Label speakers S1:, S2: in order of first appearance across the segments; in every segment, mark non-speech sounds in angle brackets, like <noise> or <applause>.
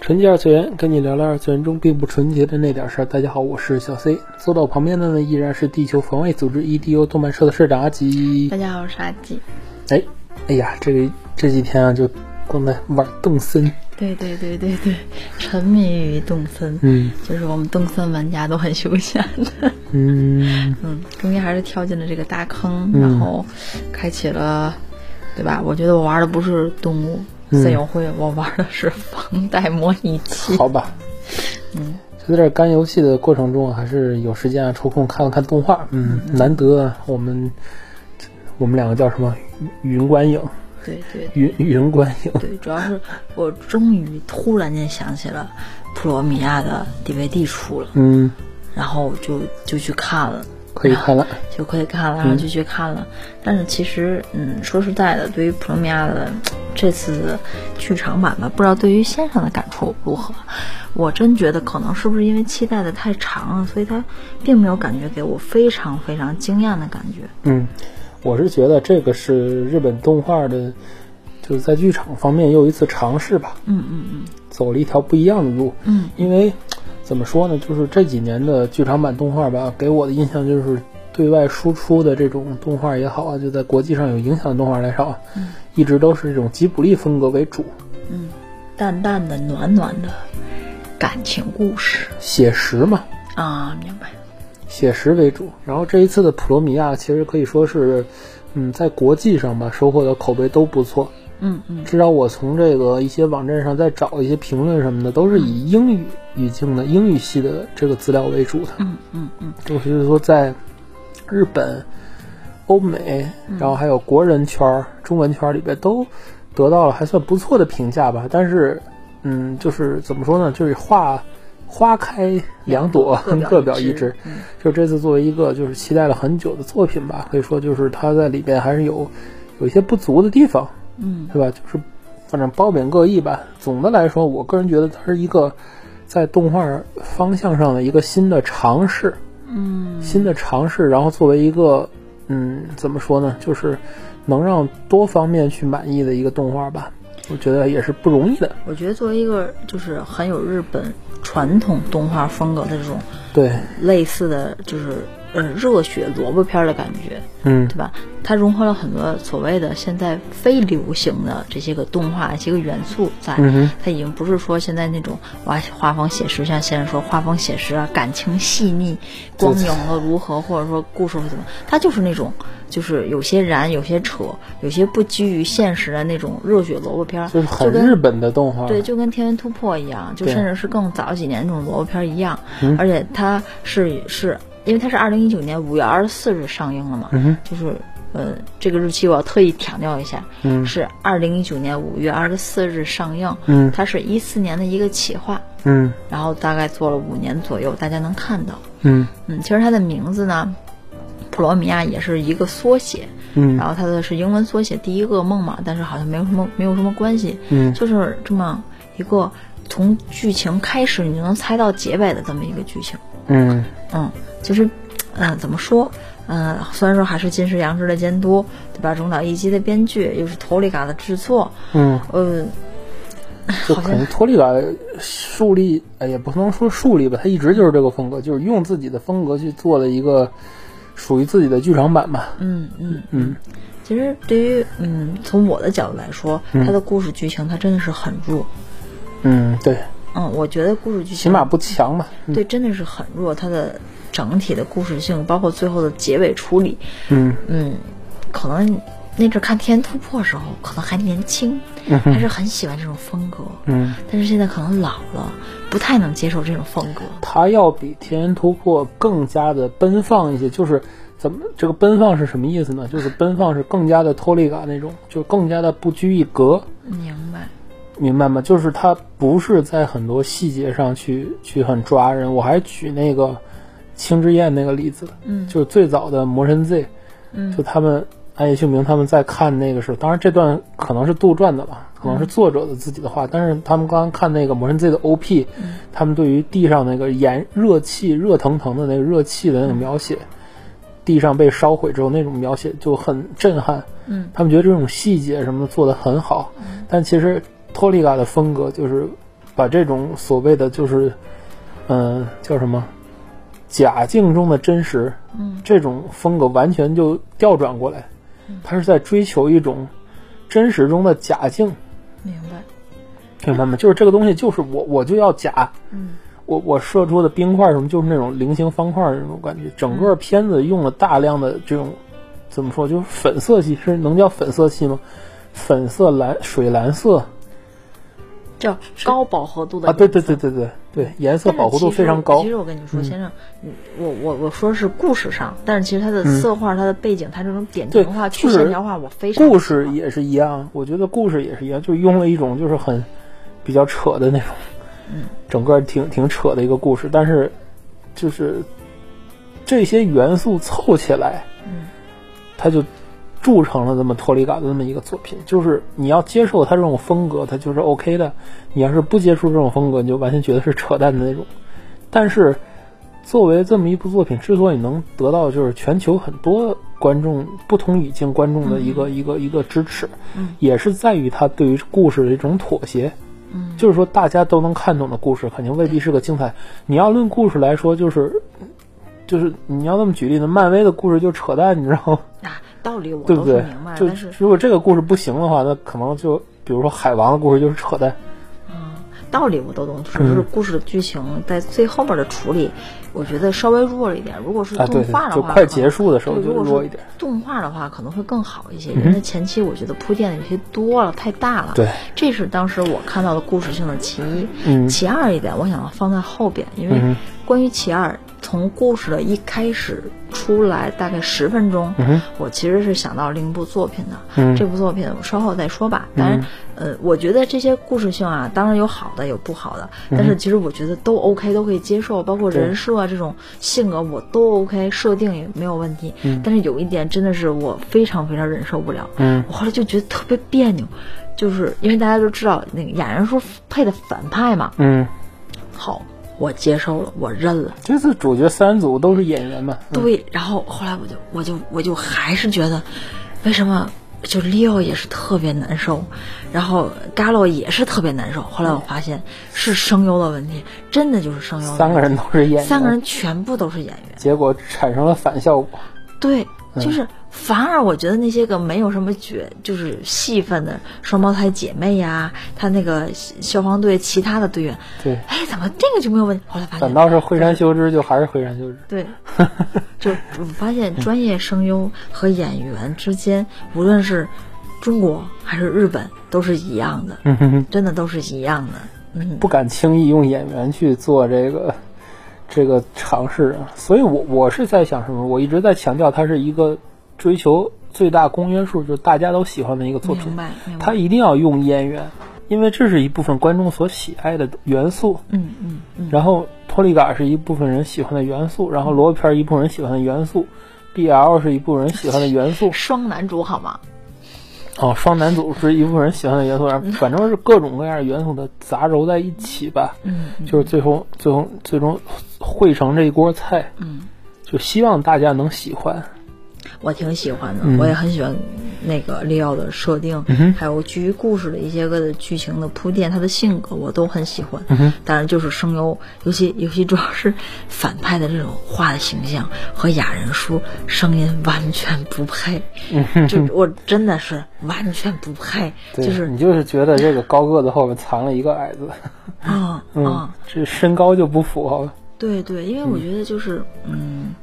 S1: 纯洁二次元，跟你聊聊二次元中并不纯洁的那点事儿。大家好，我是小 C，坐到我旁边的呢依然是地球防卫组织 EDO 动漫社的社长阿吉
S2: 大。家好，我是阿吉。
S1: 哎，哎呀，这个这几天啊，就光在玩动森，
S2: 对对对对对，沉迷于动森，
S1: 嗯
S2: 就是我们动森玩家都很休闲的。
S1: 嗯，
S2: <laughs> 嗯，中间还是跳进了这个大坑，然后开启了，对吧？我觉得我玩的不是动物
S1: 嗯
S2: 森友会，我玩的是房贷模拟器。
S1: 好吧，
S2: 嗯，
S1: 就在这干游戏的过程中啊，还是有时间啊抽空看了看动画，嗯，难得啊我们我们两个叫什么云观影，
S2: <laughs> 对对
S1: 云云观影，
S2: 对，主要是我终于突然间想起了《普罗米亚》的 DVD 出了，
S1: 嗯，
S2: 然后我就就去看了。
S1: 可以看了，
S2: 就可以看了，然后就去看了。但是其实，嗯，说实在的，对于《普罗米亚》的这次剧场版吧，不知道对于先生的感触如何。我真觉得可能是不是因为期待的太长了，所以他并没有感觉给我非常非常惊艳的感觉。
S1: 嗯， <laughs> 我是觉得这个是日本动画的，就是在剧场方面又一次尝试吧，
S2: 嗯嗯嗯
S1: 走了一条不一样的路。
S2: 嗯，
S1: 因为怎么说呢，就是这几年的剧场版动画吧，给我的印象就是对外输出的这种动画也好啊，就在国际上有影响的动画来说啊，一直都是这种吉卜力风格为主，
S2: 嗯，淡淡的、暖暖的感情故事
S1: 写实嘛，
S2: 啊，明白。
S1: 写实为主。然后这一次的《普罗米亚》其实可以说是，嗯，在国际上吧，收获的口碑都不错。
S2: 嗯嗯
S1: 至少我从这个一些网站上再找一些评论什么的，都是以英语语境的英语系的这个资料为主的。
S2: 嗯嗯嗯，
S1: 我就是说，在日本、欧美，然后还有国人圈儿、中文圈儿里边，都得到了还算不错的评价吧。但是，嗯，就是怎么说呢，就是花花开两朵，各表一枝。。
S2: 嗯
S1: 就这次作为一个就是期待了很久的作品吧，可以说就是它在里边还是有有一些不足的地方。
S2: 嗯
S1: 对吧？就是反正褒贬各异吧。总的来说，我个人觉得它是一个在动画方向上的一个新的尝试，
S2: 嗯
S1: 新的尝试。然后作为一个嗯，怎么说呢，就是能让多方面去满意的一个动画吧。我觉得也是不容易的。
S2: 我觉得作为一个就是很有日本传统动画风格的这种
S1: 对，
S2: 类似的就是呃热血萝卜片儿的感觉，
S1: 嗯
S2: 对吧？它融合了很多所谓的现在非流行的这些个动画这个元素在，
S1: 嗯哼
S2: 它已经不是说现在那种哇画风写实，像先生说画风写实啊，感情细腻，光影的如何，或者说故事会怎么，它就是那种就是有些燃，有些扯，有些不基于现实的那种热血萝卜片儿，
S1: 就是很
S2: 跟
S1: 日本的动画。
S2: 对，就跟《天元突破》一样，就
S1: 对嗯
S2: 甚至是更早几年那种萝卜片儿一样，而且它是是因为它是二零一九年五月二十四日上映了嘛，
S1: 嗯哼
S2: 就是呃这个日期我要特意强调一下，
S1: 嗯
S2: 是二零一九年五月二十四日上映，
S1: 嗯
S2: 它是一四年的一个企划，
S1: 嗯
S2: 然后大概做了五年左右，大家能看到，
S1: 嗯
S2: 嗯，其实它的名字呢，普罗米亚也是一个缩写，然
S1: 嗯
S2: 后它的是英文缩写第一噩梦嘛，但是好像没有什么没有什么关系，
S1: 嗯
S2: 就是这么一个从剧情开始你就能猜到结尾的这么一个剧情，
S1: 嗯
S2: 嗯，就是，嗯、怎么说，嗯、虽然说还是金石良知的监督，对吧？中岛一基的编剧，又是头里嘎的制作，
S1: 嗯，
S2: 呃，
S1: 就可能脱离了树立，哎，也不能说树立吧，他一直就是这个风格，就是用自己的风格去做的一个属于自己的剧场版吧。
S2: 嗯嗯
S1: 嗯，
S2: 其实对于嗯，从我的角度来说，它的故事剧情它真的是很弱，
S1: 嗯，对，
S2: 嗯，我觉得故事剧情
S1: 起码不强吧。嗯
S2: 对，真的是很弱。它的整体的故事性，包括最后的结尾处理，
S1: 嗯
S2: 嗯，可能那阵看《天突破》的时候，可能还年轻，还是很喜欢这种风格。
S1: 嗯，
S2: 但是现在可能老了，不太能接受这种风格。
S1: 他要比《天元突破》更加的奔放一些，就是怎么这个奔放是什么意思呢？就是奔放是更加的脱离感那种，就更加的不拘一格。
S2: 明白。
S1: 明白吗？就是他不是在很多细节上去去很抓人。我还举那个《青之焰》那个例子，
S2: 嗯
S1: 就是最早的《魔神 Z》，
S2: 嗯
S1: 就他们暗夜秀明他们在看那个时候，当然这段可能是杜撰的吧，可能是作者的自己的话，但是他们刚刚看那个《魔神 Z》的 OP，、他
S2: 嗯
S1: 们对于地上那个炎热气热腾腾的那个热气的那种描写，地上被烧毁之后那种描写就很震撼。
S2: 嗯，
S1: 他们觉得这种细节什么的做得很好，但其实托利嘎的风格就是把这种所谓的就是，嗯、叫什么？假境中的真实，
S2: 嗯，
S1: 这种风格完全就调转过来，他是在追求一种真实中的假境，
S2: 明白。
S1: 明白吗？就是这个东西，就是我我就要假，
S2: 嗯
S1: 我我射出的冰块什么，就是那种菱形方块的那种感觉。整个片子用了大量的这种，怎么说，就是粉色系，是能叫粉色系吗？粉色蓝、水蓝色
S2: 叫高饱和度的
S1: 啊，对对对对对对，颜色
S2: 但是
S1: 饱和度
S2: 其实
S1: 非常高嗯
S2: 其。实我跟你说，先生，你我我我说是故事上，但是其实它的色块、它的背景、它这种点
S1: 嗯对
S2: 睛化、去
S1: 就是
S2: 线条化，我非常
S1: 故事也是一样，我觉得故事也是一样，就用了一种就是很比较扯的那种，
S2: 嗯
S1: <laughs> 整个挺挺扯的一个故事，但是就是这些元素凑起来，
S2: 嗯
S1: 它就铸成了这么脱离感的这么一个作品。就是你要接受它这种风格，它就是 OK 的；你要是不接受这种风格，你就完全觉得是扯淡的那种。但是作为这么一部作品，之所以能得到就是全球很多观众不同语境观众的一个、一个一个支持，
S2: 嗯
S1: 也是在于它对于故事的一种妥协。
S2: 嗯
S1: 就是说大家都能看懂的故事，肯定未必是个精彩。你要论故事来说，就是就是你要那么举例呢，漫威的故事就扯淡，你知道吗？
S2: 啊，道理我
S1: 对
S2: 都
S1: 不
S2: 是
S1: 对
S2: 明白，？
S1: 就
S2: 但是
S1: 如果这个故事不行的话，那可能就比如说海王的故事就是扯淡。
S2: 道理我都懂，只
S1: 嗯
S2: 是故事的剧情在最后面的处理，我觉得稍微弱了一点。如果是
S1: 啊对
S2: 动画的
S1: 就
S2: 话，
S1: 快
S2: 可能
S1: 结束的时候
S2: 对
S1: 就
S2: 如果
S1: 弱
S2: 是
S1: 一点嗯
S2: 动画的话可能会更好一些，因为前期我觉得铺垫的有些多了，太大了。
S1: 对，
S2: 这是当时我看到的故事性的其一。
S1: 嗯
S2: 其二一点，我想放在后边，因为
S1: 嗯
S2: 关于其二，从故事的一开始出来大概十分钟，
S1: 嗯哼
S2: 我其实是想到另一部作品的。
S1: 嗯
S2: 这部作品我稍后再说吧。当然，呃，我觉得这些故事性啊，当然有好的，有不好的，
S1: 嗯
S2: 但是其实我觉得都 OK，都可以接受，包括人设啊这种性格我都 OK，设定也没有问题。但是有一点真的是我非常非常忍受不了，
S1: 嗯
S2: 我后来就觉得特别别扭，就是因为大家都知道那个雅人叔配的反派嘛，
S1: 嗯，
S2: 好，我接受了，我认了。
S1: 这次主角三组都是演员嘛，
S2: 对，然后后来我就我就我就还是觉得，为什么就 Leo 也是特别难受，然后 Gallo 也是特别难受。后
S1: 嗯
S2: 来我发现是声优的问题，真的就是声优的
S1: 三个
S2: 问
S1: 人
S2: 题
S1: 都是演员，
S2: 三个人全部都是演员，
S1: 结果产生了反效果。
S2: 对，
S1: 嗯
S2: 就是反而我觉得那些个没有什么角，就是戏份的双胞胎姐妹呀、她那个消防队其他的队员，
S1: 对，
S2: 哎，怎么这个就没有问题？后来发现
S1: 反倒是惠山修之就还是惠山修之。 <laughs>
S2: 对，就我发现专业声优和演员之间，无论是中国还是日本，都是一样的，
S1: 嗯
S2: <laughs>
S1: 哼哼。
S2: 真的都是一样的。嗯，
S1: 不敢轻易用演员去做这个这个尝试啊。所以我我是在想什么？我一直在强调，它是一个追求最大公约数，就是大家都喜欢的一个作
S2: 明
S1: 品。
S2: 白，明
S1: 它
S2: 白。
S1: 一定要用演员，因为这是一部分观众所喜爱的元素。
S2: 嗯嗯嗯，，
S1: 然后脱离感是一部分人喜欢的元素，然后萝卜片儿一部分人喜欢的元素，BL 是一部分人喜欢的元素
S2: 双男主好吗？
S1: 哦，双男组是一部分人喜欢的元素，然
S2: 嗯
S1: 后反正是各种各样的元素的杂糅在一起吧。
S2: 嗯
S1: 就是最后最后最终汇成这一锅菜，
S2: 嗯，
S1: 就希望大家能喜欢。
S2: 我挺喜欢的，
S1: 嗯
S2: 我也很喜欢那个利奥的设定，
S1: 哼
S2: 还有基于故事的一些个的剧情的铺垫，他的性格我都很喜欢。
S1: 嗯哼
S2: 当然就是声优，尤其尤其主要是反派的这种画的形象和雅人叔声音完全不配，就我真的是完全不配，
S1: 嗯对，
S2: 就是
S1: 你就是觉得这个高个子后面藏了一
S2: <laughs>
S1: 个矮子，
S2: 啊
S1: 嗯，
S2: 啊，
S1: 这身高就不符合。
S2: 对对，因为我觉得就是嗯，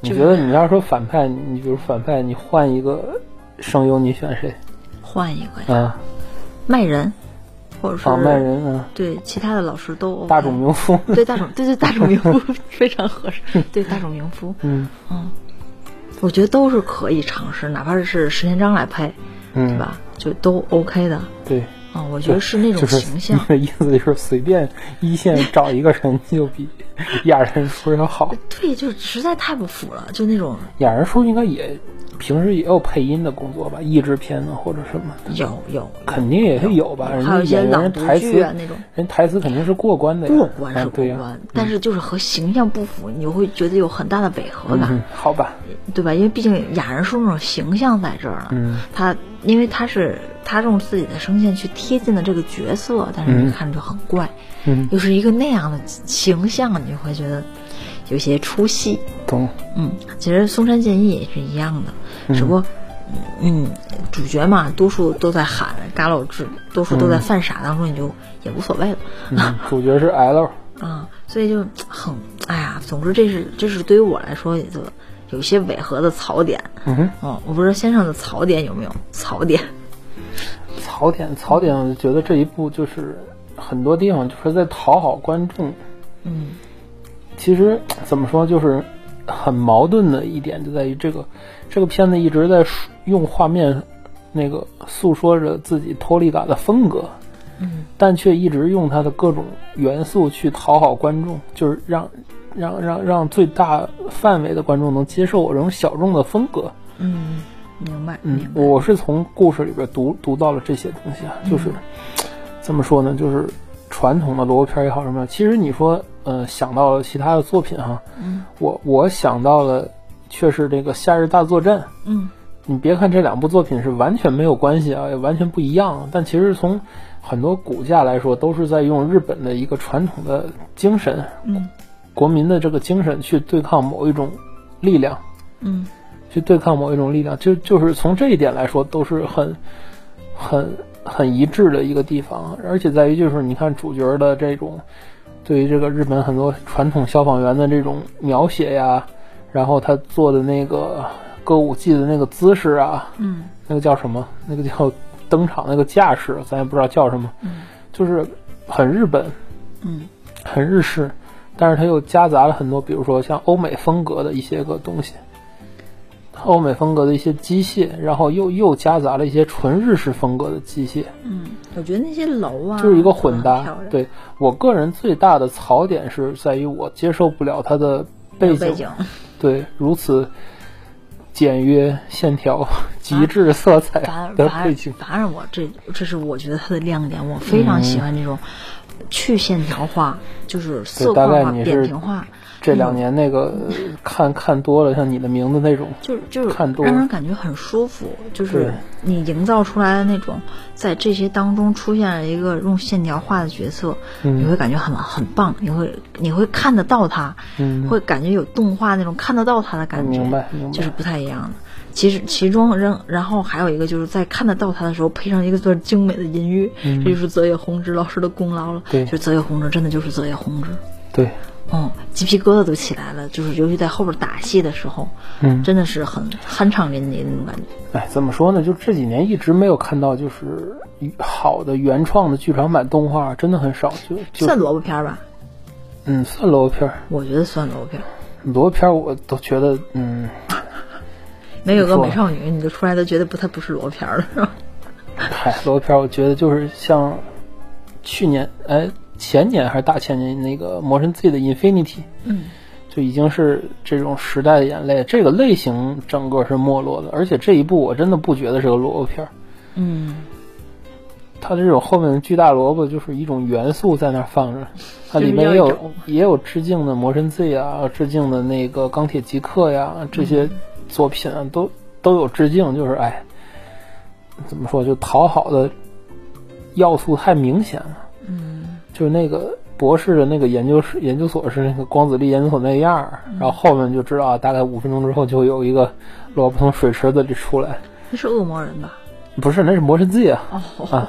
S1: 你
S2: 就
S1: 觉得你要说反派，你比如反派，你换一个声优，你选谁？
S2: 换一个呀，
S1: 啊，
S2: 麦人，或者是
S1: 防曼人啊，
S2: 对其他的老师都 OK
S1: 大冢明夫。
S2: <laughs> 对大众，对对大众名
S1: <laughs>
S2: 夫非常合适，对大众名夫，
S1: 嗯
S2: 我觉得都是可以尝试，哪怕是石田章来配，对
S1: 嗯，
S2: 吧？就都 OK 的。
S1: 对，
S2: 嗯，我觉得是那种
S1: 就是
S2: 形象
S1: 你。 <laughs> 的意思就是随便
S2: <laughs>
S1: 一线找一个人就比雅人叔要好。
S2: 对，就实在太不符了，就那种
S1: 雅人叔应该也平时也有配音的工作吧，译制片啊或者什么的，
S2: 有有
S1: 肯定也是有吧。人
S2: 还有
S1: 家
S2: 一些
S1: 演
S2: 朗
S1: 员
S2: 读
S1: 台词
S2: 剧啊那种，
S1: 人台词肯定是过关的呀。
S2: 过关是
S1: 啊
S2: 过
S1: 对呀、
S2: 关，但是就是和形象不符，你会觉得有很大的违和感，
S1: 嗯，好吧，
S2: 对吧？因为毕竟雅人叔那种形象在这儿呢，
S1: 嗯
S2: 他因为他是他用自己的声线去贴近了这个角色，但是你
S1: 嗯
S2: 看着就很怪，
S1: 嗯，
S2: 又是一个那样的形象，你就会觉得有些出戏。
S1: 懂。
S2: 嗯，其实松山健一也是一样的，只不过，嗯，主角嘛，多数都在喊嘎老志，多数都在犯傻当中，你就也无所谓了。
S1: 嗯，主角是 L，
S2: 啊、所以就很，哎呀，总之这是这是对于我来说也就有些违和的槽点。
S1: 嗯哼，
S2: 嗯，我不知道先生的槽点有没有槽点。
S1: 槽点槽点，我觉得这一部就是很多地方就是在讨好观众。
S2: 嗯
S1: 其实怎么说，就是很矛盾的一点就在于这个这个片子一直在述用画面那个诉说着自己托利达的风格，
S2: 嗯
S1: 但却一直用它的各种元素去讨好观众，就是让让让让最大范围的观众能接受我这种小众的风格。
S2: 嗯，明白
S1: 嗯
S2: 明，白。嗯
S1: 我是从故事里边读读到了这些东西啊，就是、怎么说呢，就是传统的萝卜片也好什么，其实你说呃想到了其他的作品哈、
S2: 嗯
S1: 我我想到了却是这个《夏日大作战》。
S2: 嗯
S1: 你别看这两部作品是完全没有关系啊，也完全不一样，但其实从很多骨架来说，都是在用日本的一个传统的精神、
S2: 嗯
S1: 国民的这个精神去对抗某一种力量。
S2: 嗯
S1: 去对抗某一种力量，就就是从这一点来说，都是很很很一致的一个地方。而且在于就是你看主角的这种对于这个日本很多传统消防员的这种描写呀，然后他做的那个歌舞伎的那个姿势啊，
S2: 嗯
S1: 那个叫什么？那个叫登场那个架势，咱也不知道叫什么，
S2: 嗯
S1: 就是很日本，
S2: 嗯
S1: 很日式，但是它又夹杂了很多，比如说像欧美风格的一些个东西，欧美风格的一些机械，然后又又夹杂了一些纯日式风格的机械，
S2: 嗯，我觉得那些楼啊，
S1: 就是一个混搭。
S2: 漂亮
S1: 对我个人最大的槽点是在于我接受不了它的背
S2: 有
S1: 景，
S2: 背景，
S1: 对如此简约线条、 <laughs> 极致色彩
S2: 啊反
S1: <laughs>
S2: 而
S1: 的
S2: 反
S1: 背
S2: 而
S1: 景。嗯
S2: 反而我这这是我觉得它的亮点，我非常喜欢这种去线条化，就是色
S1: 大概
S2: 块化、
S1: 你
S2: 扁
S1: 是
S2: 平化。
S1: 这两年
S2: <laughs>
S1: 那个呃看看多了，像你的名字那种，
S2: 就是就是
S1: 看多
S2: 让人感觉很舒服，就是
S1: 对
S2: 你营造出来的那种，在这些当中出现了一个用线条画的角色，
S1: 嗯
S2: 你会感觉很很棒，你会你会看得到他，
S1: 嗯
S2: 会感觉有动画那种看得到他的感觉，
S1: 明白明白
S2: 就是不太一样的。其实其中仍然后还有一个就是在看得到他的时候配上一个段精美的音乐，这就是泽野弘之老师的功劳了。
S1: 嗯对
S2: 就是泽野弘之真的就是泽野弘之，
S1: 对，
S2: 嗯，鸡皮疙瘩都起来了，就是尤其在后边打戏的时候，
S1: 嗯
S2: 真的是很酣畅淋漓的那种感觉。
S1: 哎，怎么说呢？就这几年一直没有看到，就是好的原创的剧场版动画，真的很少。就就
S2: 算萝卜片儿吧，
S1: 嗯，算萝卜片儿，
S2: 我觉得算萝卜片儿。
S1: 萝卜片儿我都觉得嗯，
S2: 没有个
S1: 说
S2: 美少女，你就出来都觉得不，它不是萝卜片儿了，是吧？
S1: 嗨，萝卜片儿我觉得就是像去年哎前年还是大前年那个《魔神 Z》的 Infinity，
S2: 嗯，
S1: 就已经是这种时代的眼泪，这个类型整个是没落的。而且这一部我真的不觉得是个萝卜片儿，
S2: 嗯，
S1: 它这种后面的巨大萝卜就是一种元素在那儿放着，它里面
S2: 就是
S1: 也
S2: 要
S1: 有
S2: 有
S1: 也有致敬的《魔神 Z》啊，致敬的那个《钢铁极客》呀，这些
S2: 嗯
S1: 作品啊，都都有致敬，就是哎，怎么说就讨好的要素太明显了，嗯，就是那个。博士的那个研究室研究所是那个光子力研究所那样儿，然
S2: 嗯
S1: 后后面就知道啊，大概五分钟之后就有一个萝卜从水池子里出来，
S2: 那是恶魔人吧？
S1: 不是，那是魔神 Z 啊，
S2: 哦，
S1: 啊，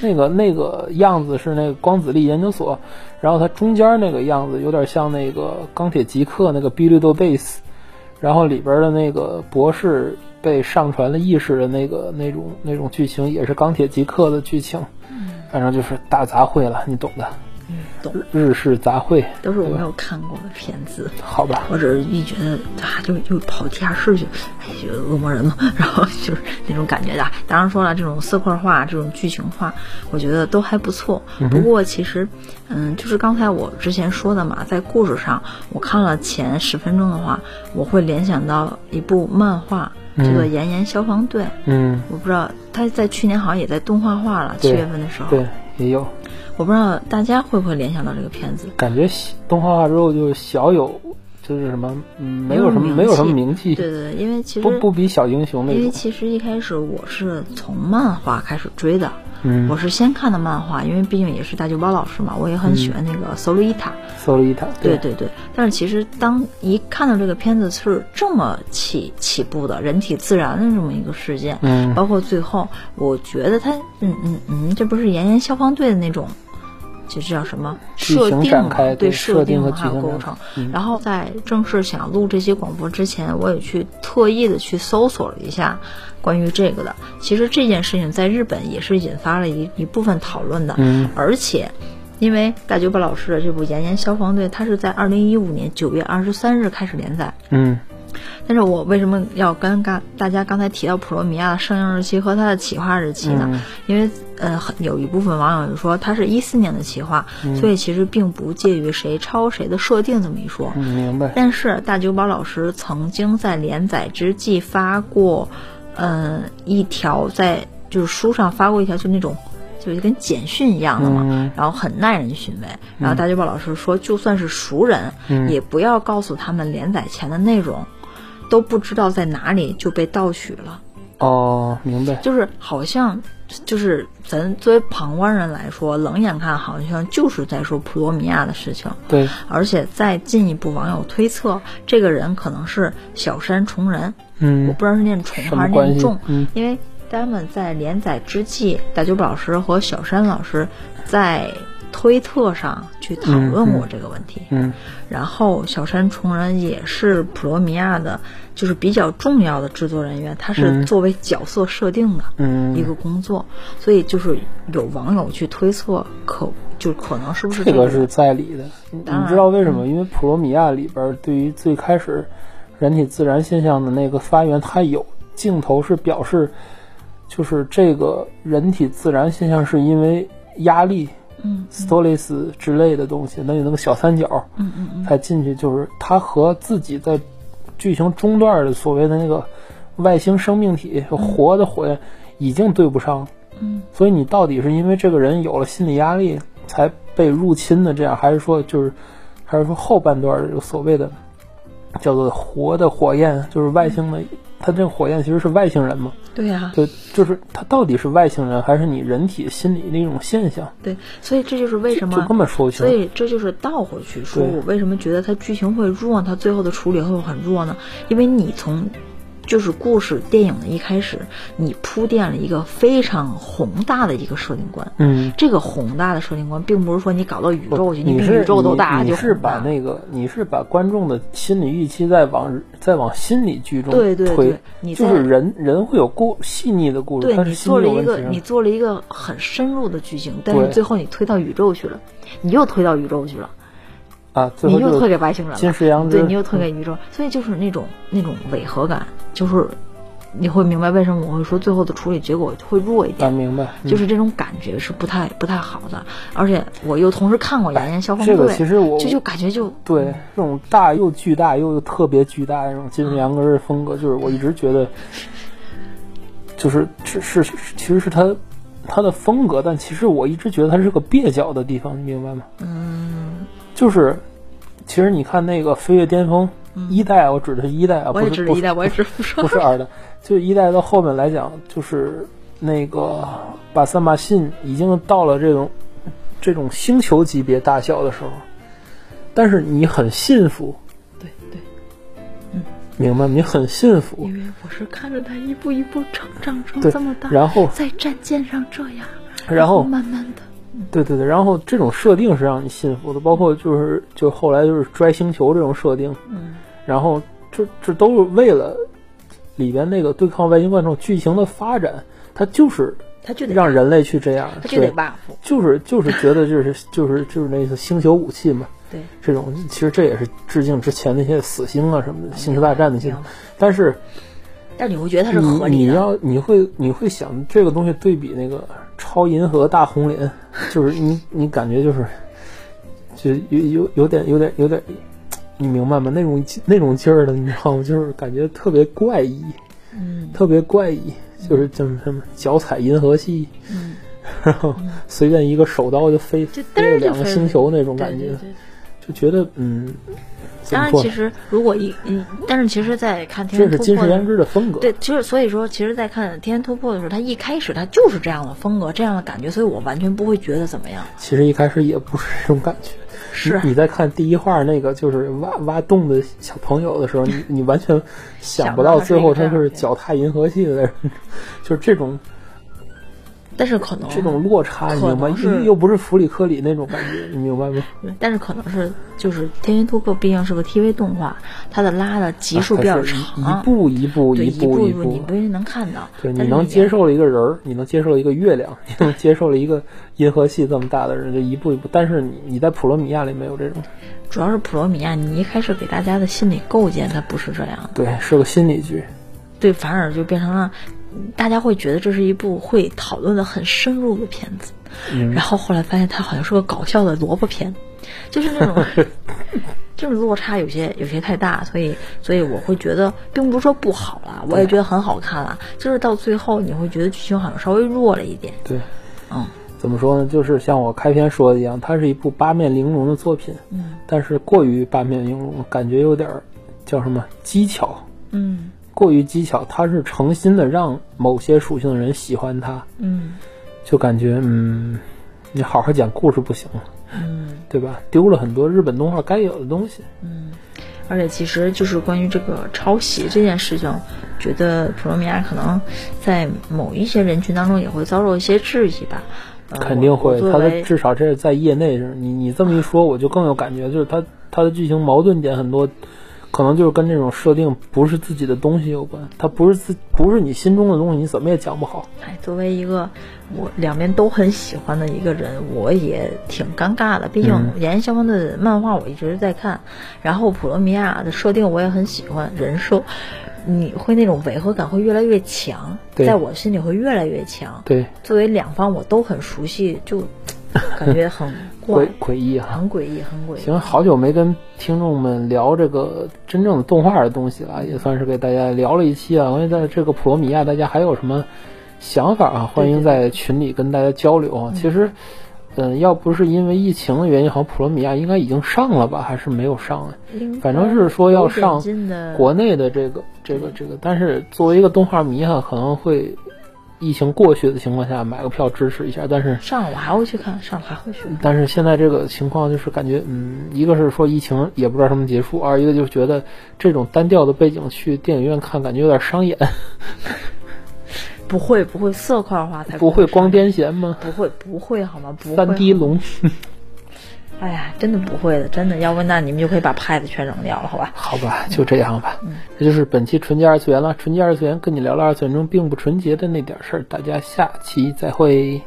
S1: 那个那个样子是那个光子力研究所，然后它中间那个样子有点像那个钢铁极客那个 b i l d o Base，然后里边的那个博士被上传了意识的那个那种那种剧情也是钢铁极客的剧情，反正就是大杂烩了，你懂的。
S2: 嗯懂，
S1: 日式杂烩，
S2: 都是我没有看过的片子。
S1: 好吧，
S2: 我只是一觉得啊，就就跑地下室去，哎，就恶魔人嘛， <laughs> 然后就是那种感觉的。当然说了，这种色块画、这种剧情画，我觉得都还不错。不过其实，嗯，就是刚才我之前说的嘛，在故事上，我看了前十分钟的话，我会联想到一部漫画，叫做《炎炎消防队》。
S1: 嗯，
S2: 我不知道他在去年好像也在动画化了，七
S1: 对
S2: 月份的时候
S1: 对，，也有
S2: 我不知道大家会不会联想到这个片子。
S1: 感觉小动画化之后就小有就是什么，嗯，没有什么
S2: 没
S1: 没
S2: 有名气
S1: 有什么名气，
S2: 对对，对因为其实
S1: 不不比小英雄那
S2: 因为
S1: 种，
S2: 其实一开始我是从漫画开始追的，
S1: 嗯
S2: 我是先看的漫画，因为毕竟也是大舅包老师嘛，我也
S1: 嗯
S2: 很喜欢那个《索鲁伊塔》。
S1: 搜了一塔，
S2: 对，对对，但是其实当一看到这个片子是这么起起步的，人体自燃的这么一个事件，
S1: 嗯
S2: 包括最后，我觉得他，嗯嗯嗯，这不是炎炎消防队的那种，就是叫什么
S1: 剧
S2: 设
S1: 情
S2: 定
S1: 展
S2: 嘛
S1: 开
S2: 对
S1: 对设
S2: 设
S1: 定
S2: 定啊
S1: 和
S2: 还
S1: 剧
S2: 有
S1: 情
S2: 构
S1: 展
S2: 成
S1: 开。嗯
S2: 然后在正式想录这期广播之前，我也去特意的去搜索了一下关于这个的。其实这件事情在日本也是引发了一一部分讨论的，
S1: 嗯
S2: 而且。因为大久保老师的这部《炎炎消防队》，它是在二零一五年九月二十三日开始连载，
S1: 嗯
S2: 但是我为什么要跟刚大家刚才提到《普罗米亚》的上映日期和它的企划日期呢？
S1: 嗯
S2: 因为呃，很有一部分网友就说它是一四年的企划，
S1: 嗯
S2: 所以其实并不介于谁抄谁的设定这么一说。
S1: 嗯，明白，
S2: 但是大久保老师曾经在连载之际发过，嗯，一条在就是书上发过一条，就那种就是跟简讯一样的嘛，
S1: 嗯
S2: 然后很耐人寻味。然后大久保老师说，就算是熟人，也不要告诉他们连载前的内容，都不知道在哪里就被盗取了。
S1: 哦，明白，
S2: 就是好像就是咱作为旁观人来说，冷眼看好像就是在说普罗米亚的事情。
S1: 对，
S2: 而且再进一步，网友推测这个人可能是小山重人，我
S1: 嗯
S2: 不知道是念重
S1: 什么
S2: 还是
S1: 关
S2: 念
S1: 系
S2: 重，
S1: 嗯
S2: 因为他们在连载之际，大久保老师和小山老师在推特上去讨论过这个问题。
S1: 嗯
S2: 然后小山重人也是普罗米亚的，就是比较重要的制作人员，他是作为角色设定的。一
S1: 嗯，
S2: 个工作，所以就是有网友去推测，可就可能是不是
S1: 这
S2: 个
S1: 个是在理的，你
S2: 当然
S1: 你知道为什么？因为普罗米亚里边对于最开始人体自燃现象的那个发源，它有镜头是表示，就是这个人体自燃现象是因为压力。
S2: 嗯
S1: s t o l e s 之类的东西，那有那个小三角，
S2: 嗯嗯嗯，
S1: 才进去，就是它和自己在剧情中段的所谓的那个外星生命体活的火焰已经对不上，
S2: 嗯，
S1: 所以你到底是因为这个人有了心理压力才被入侵的这样，还是说就是还是说后半段儿有所谓的叫做活的火焰，就是外星的，它这个火焰其实是外星人嘛？
S2: 对啊呀、
S1: 对，就是它到底是外星人还是你人体心理的一种现象，
S2: 对，所以这就是为什
S1: 就
S2: 么
S1: 根本说不
S2: 所
S1: 清。
S2: 以这就是倒回去说，
S1: 对
S2: 我为什么觉得它剧情会弱，它最后的处理会很弱呢？因为你从就是故事电影的一开始，你铺垫了一个非常宏大的一个设定观。
S1: 嗯，
S2: 这个宏大的设定观，并不是说你搞到宇宙去，
S1: 你
S2: 比
S1: 是
S2: 宇宙都大
S1: 你
S2: 就
S1: 你是
S2: 宏大
S1: 把那个你是把观众的心理预期再往再往心理剧中
S2: 对对
S1: 推
S2: 对，你
S1: 就
S2: 在
S1: 是人人会有故细腻的故事，
S2: 对
S1: 但
S2: 你
S1: 是
S2: 做
S1: 心理
S2: 了
S1: 有
S2: 一
S1: 问
S2: 个
S1: 题
S2: 你
S1: 上。
S2: 做了一个很深入的剧情，但是
S1: 对
S2: 最后你推到宇宙去了，你又推到宇宙去了，
S1: 啊，最
S2: 你
S1: 后
S2: 又
S1: 就
S2: 推
S1: 是
S2: 给外星人了，
S1: 金石羊
S2: 对
S1: 脂嗯
S2: 你又推给宇宙，所以就是那种那种违和感，就是你会明白为什么我会说最后的处理结果会弱一
S1: 啊，
S2: 点，
S1: 明白，嗯
S2: 就是这种感觉是不太不太好的。而且我又同时看过《炎炎消防队
S1: 哎这》，个其实我
S2: 就就感觉就
S1: 对这种大又巨大又特别巨大的那种金石羊根的风格，就是我一直觉得，就是是是是其实是他他的风格，但其实我一直觉得他是个蹩脚的地方，你明白吗？嗯，就是其实你看那个《飞跃巅峰》一代，我指的是一代啊，
S2: 嗯我
S1: 不
S2: 也
S1: 是
S2: 只
S1: 不
S2: 一
S1: 是
S2: 代，我也只不说
S1: <laughs> 不是二代，就一代到后面来讲，就是那个把三马信已经到了这种这种星球级别大小的时候，但是你很信服，
S2: 对对，嗯
S1: 明白吗？你很信服
S2: 因，为我是看着他一步一步成长成
S1: 对
S2: 这么大，，
S1: 然后
S2: 在战舰上这样，
S1: 然后
S2: 慢慢的。
S1: 对对对，然后这种设定是让你信服的，包括就是就后来就是拽星球这种设定，
S2: 嗯，
S1: 然后这这都是为了里边那个对抗外星怪这种剧情的发展，它就是
S2: 他就得
S1: 让人类去这样，
S2: 他就得
S1: 对
S2: buff，
S1: 就是就是觉得就是就是就是那个星球武器嘛，
S2: 对，
S1: 这种其实这也是致敬之前那些死星啊
S2: 哎
S1: 什么的，星球大战那些
S2: 明白，
S1: 但是
S2: 但你会觉得它是合
S1: 你
S2: 理
S1: 你
S2: 的，
S1: 要你会你会想这个东西对比那个超银河大红莲， <laughs> 就是你你感觉就是就有有有点有点有点，你明白吗？那种那种劲儿的，你知道吗？就是感觉特别怪异，
S2: 嗯
S1: 特别怪异，就是就是什么脚踩银河系，
S2: 嗯，
S1: 然后随便一个手刀就飞
S2: 就
S1: 飞了
S2: 嘚儿就
S1: 两个
S2: 飞了
S1: 星球那种
S2: 对
S1: 感
S2: 对
S1: 觉
S2: 对，对
S1: 就觉得嗯，怎
S2: 当
S1: 么
S2: 然，
S1: 说
S2: 其
S1: 呢？
S2: 实如果一嗯，但是其实，在看《天
S1: 这
S2: 天
S1: 是
S2: 突
S1: 金
S2: 破
S1: 世》
S2: 的
S1: 良知的风格，
S2: 对，其实所以说，其实，在看《天天突破》的时候，他一开始他就是这样的风格，这样的感觉，所以我完全不会觉得怎么样。
S1: 其实一开始也不是这种感觉。
S2: 是
S1: 你你在看第一画那个就是挖挖洞的小朋友的时
S2: <laughs>
S1: 候，你你完全想不到最后他就是脚踏银河系的人， <laughs> 就是这种
S2: 但是可能
S1: 这种落差，你明
S2: 哦可
S1: 白
S2: 能？是
S1: 又又不是弗里克里那种感觉，你明白吗？
S2: 嗯但是可能是就是《天天突破》毕竟是个 TV 动画，它的拉的集数比
S1: 它
S2: 较
S1: 啊是
S2: 长，
S1: 一步一步
S2: 啊对
S1: 一
S2: 步
S1: 步一
S2: 步，你
S1: 步
S2: 不，一定能看到。
S1: 对，你
S2: 但是
S1: 能
S2: 也
S1: 接受了一个人儿，你能接受了一个月亮，你能接受了一个银河系这么大的人，就一步一步。但是你你在普罗米亚里没有这种，
S2: 主要是普罗米亚，你一开始给大家的心理构建它不是这样的，
S1: 对，是个心理剧。
S2: 对，反而就变成了嗯大家会觉得这是一部会讨论的很深入的片子，
S1: 嗯
S2: 然后后来发现它好像是个搞笑的萝卜片，就是那种这种落差有些有些太大，所以所以我会觉得并不是说不好啦，我也觉得很好看啦，就是到最后你会觉得剧情好像稍微弱了一点，
S1: 对，
S2: 嗯，
S1: 怎么说呢？就是像我开篇说的一样，它是一部八面玲珑的作品，
S2: 嗯
S1: 但是过于八面玲珑，感觉有点儿叫什么技巧，
S2: 嗯
S1: 过于技巧。它是诚心的让某些属性的人喜欢它，
S2: 嗯
S1: 就感觉嗯，你好好讲故事不行了，
S2: 嗯
S1: 对吧？丢了很多日本动画该有的东西。
S2: 嗯，而且其实就是关于这个抄袭这件事情，觉得普罗米亚可能在某一些人群当中也会遭受一些质疑吧，呃
S1: 肯定
S2: 我
S1: 会
S2: 我，作
S1: 他的
S2: 为
S1: 至少这是在业内是，你你这么一说，我就更有感觉，就是他他的剧情矛盾点很多，可能就是跟这种设定不是自己的东西有关，他不是自不是你心中的东西，你怎么也讲不好。
S2: 哎，作为一个我两边都很喜欢的一个人，我也挺尴尬的。毕竟
S1: 嗯
S2: 《炎炎消防队》的漫画我一直在看，然后普罗米亚的设定我也很喜欢，人设，你会那种违和感会越来越强，
S1: 对
S2: 在我心里会越来越强。
S1: 对，
S2: 作为两方我都很熟悉，
S1: <laughs>
S2: 就感觉很怪
S1: 诡，诡异啊哈、
S2: 很诡异，很诡异。
S1: 行，好久没跟听众们聊这个真正的动画的东西了，也算是给大家聊了一期啊。关于在这个普罗米亚，大家还有什么想法啊？欢迎在群里跟大家交流啊。其实，嗯，要不是因为疫情的原因，好像普罗米亚应该已经上了吧，还是没有上啊？
S2: 另
S1: 反正是说要上
S2: 有点劲的
S1: 国内的这个这个这个，但是作为一个动画迷哈、可能会疫情过去的情况下买个票支持一下，但是
S2: 上我还会去看，上还会去看。
S1: 但是现在这个情况就是感觉，嗯，一个是说疫情也不知道什么结束，二一个就觉得这种单调的背景去电影院看，感觉有点伤
S2: <laughs>
S1: 眼，
S2: 不会不会，色块化才
S1: 不会
S2: 上
S1: 光癫痫吗？
S2: 不会不会好吗？不会啊
S1: 三 D
S2: 好吗
S1: 龙，
S2: 哎呀，真的不会的，真的，要不那你们就可以把派子全扔掉了，好吧？
S1: 好
S2: <laughs>
S1: 吧，就这样吧。
S2: 嗯
S1: 这就是本期纯洁二次元了。纯洁二次元跟你聊了二次元中并不纯洁的那点事儿，大家下期再会。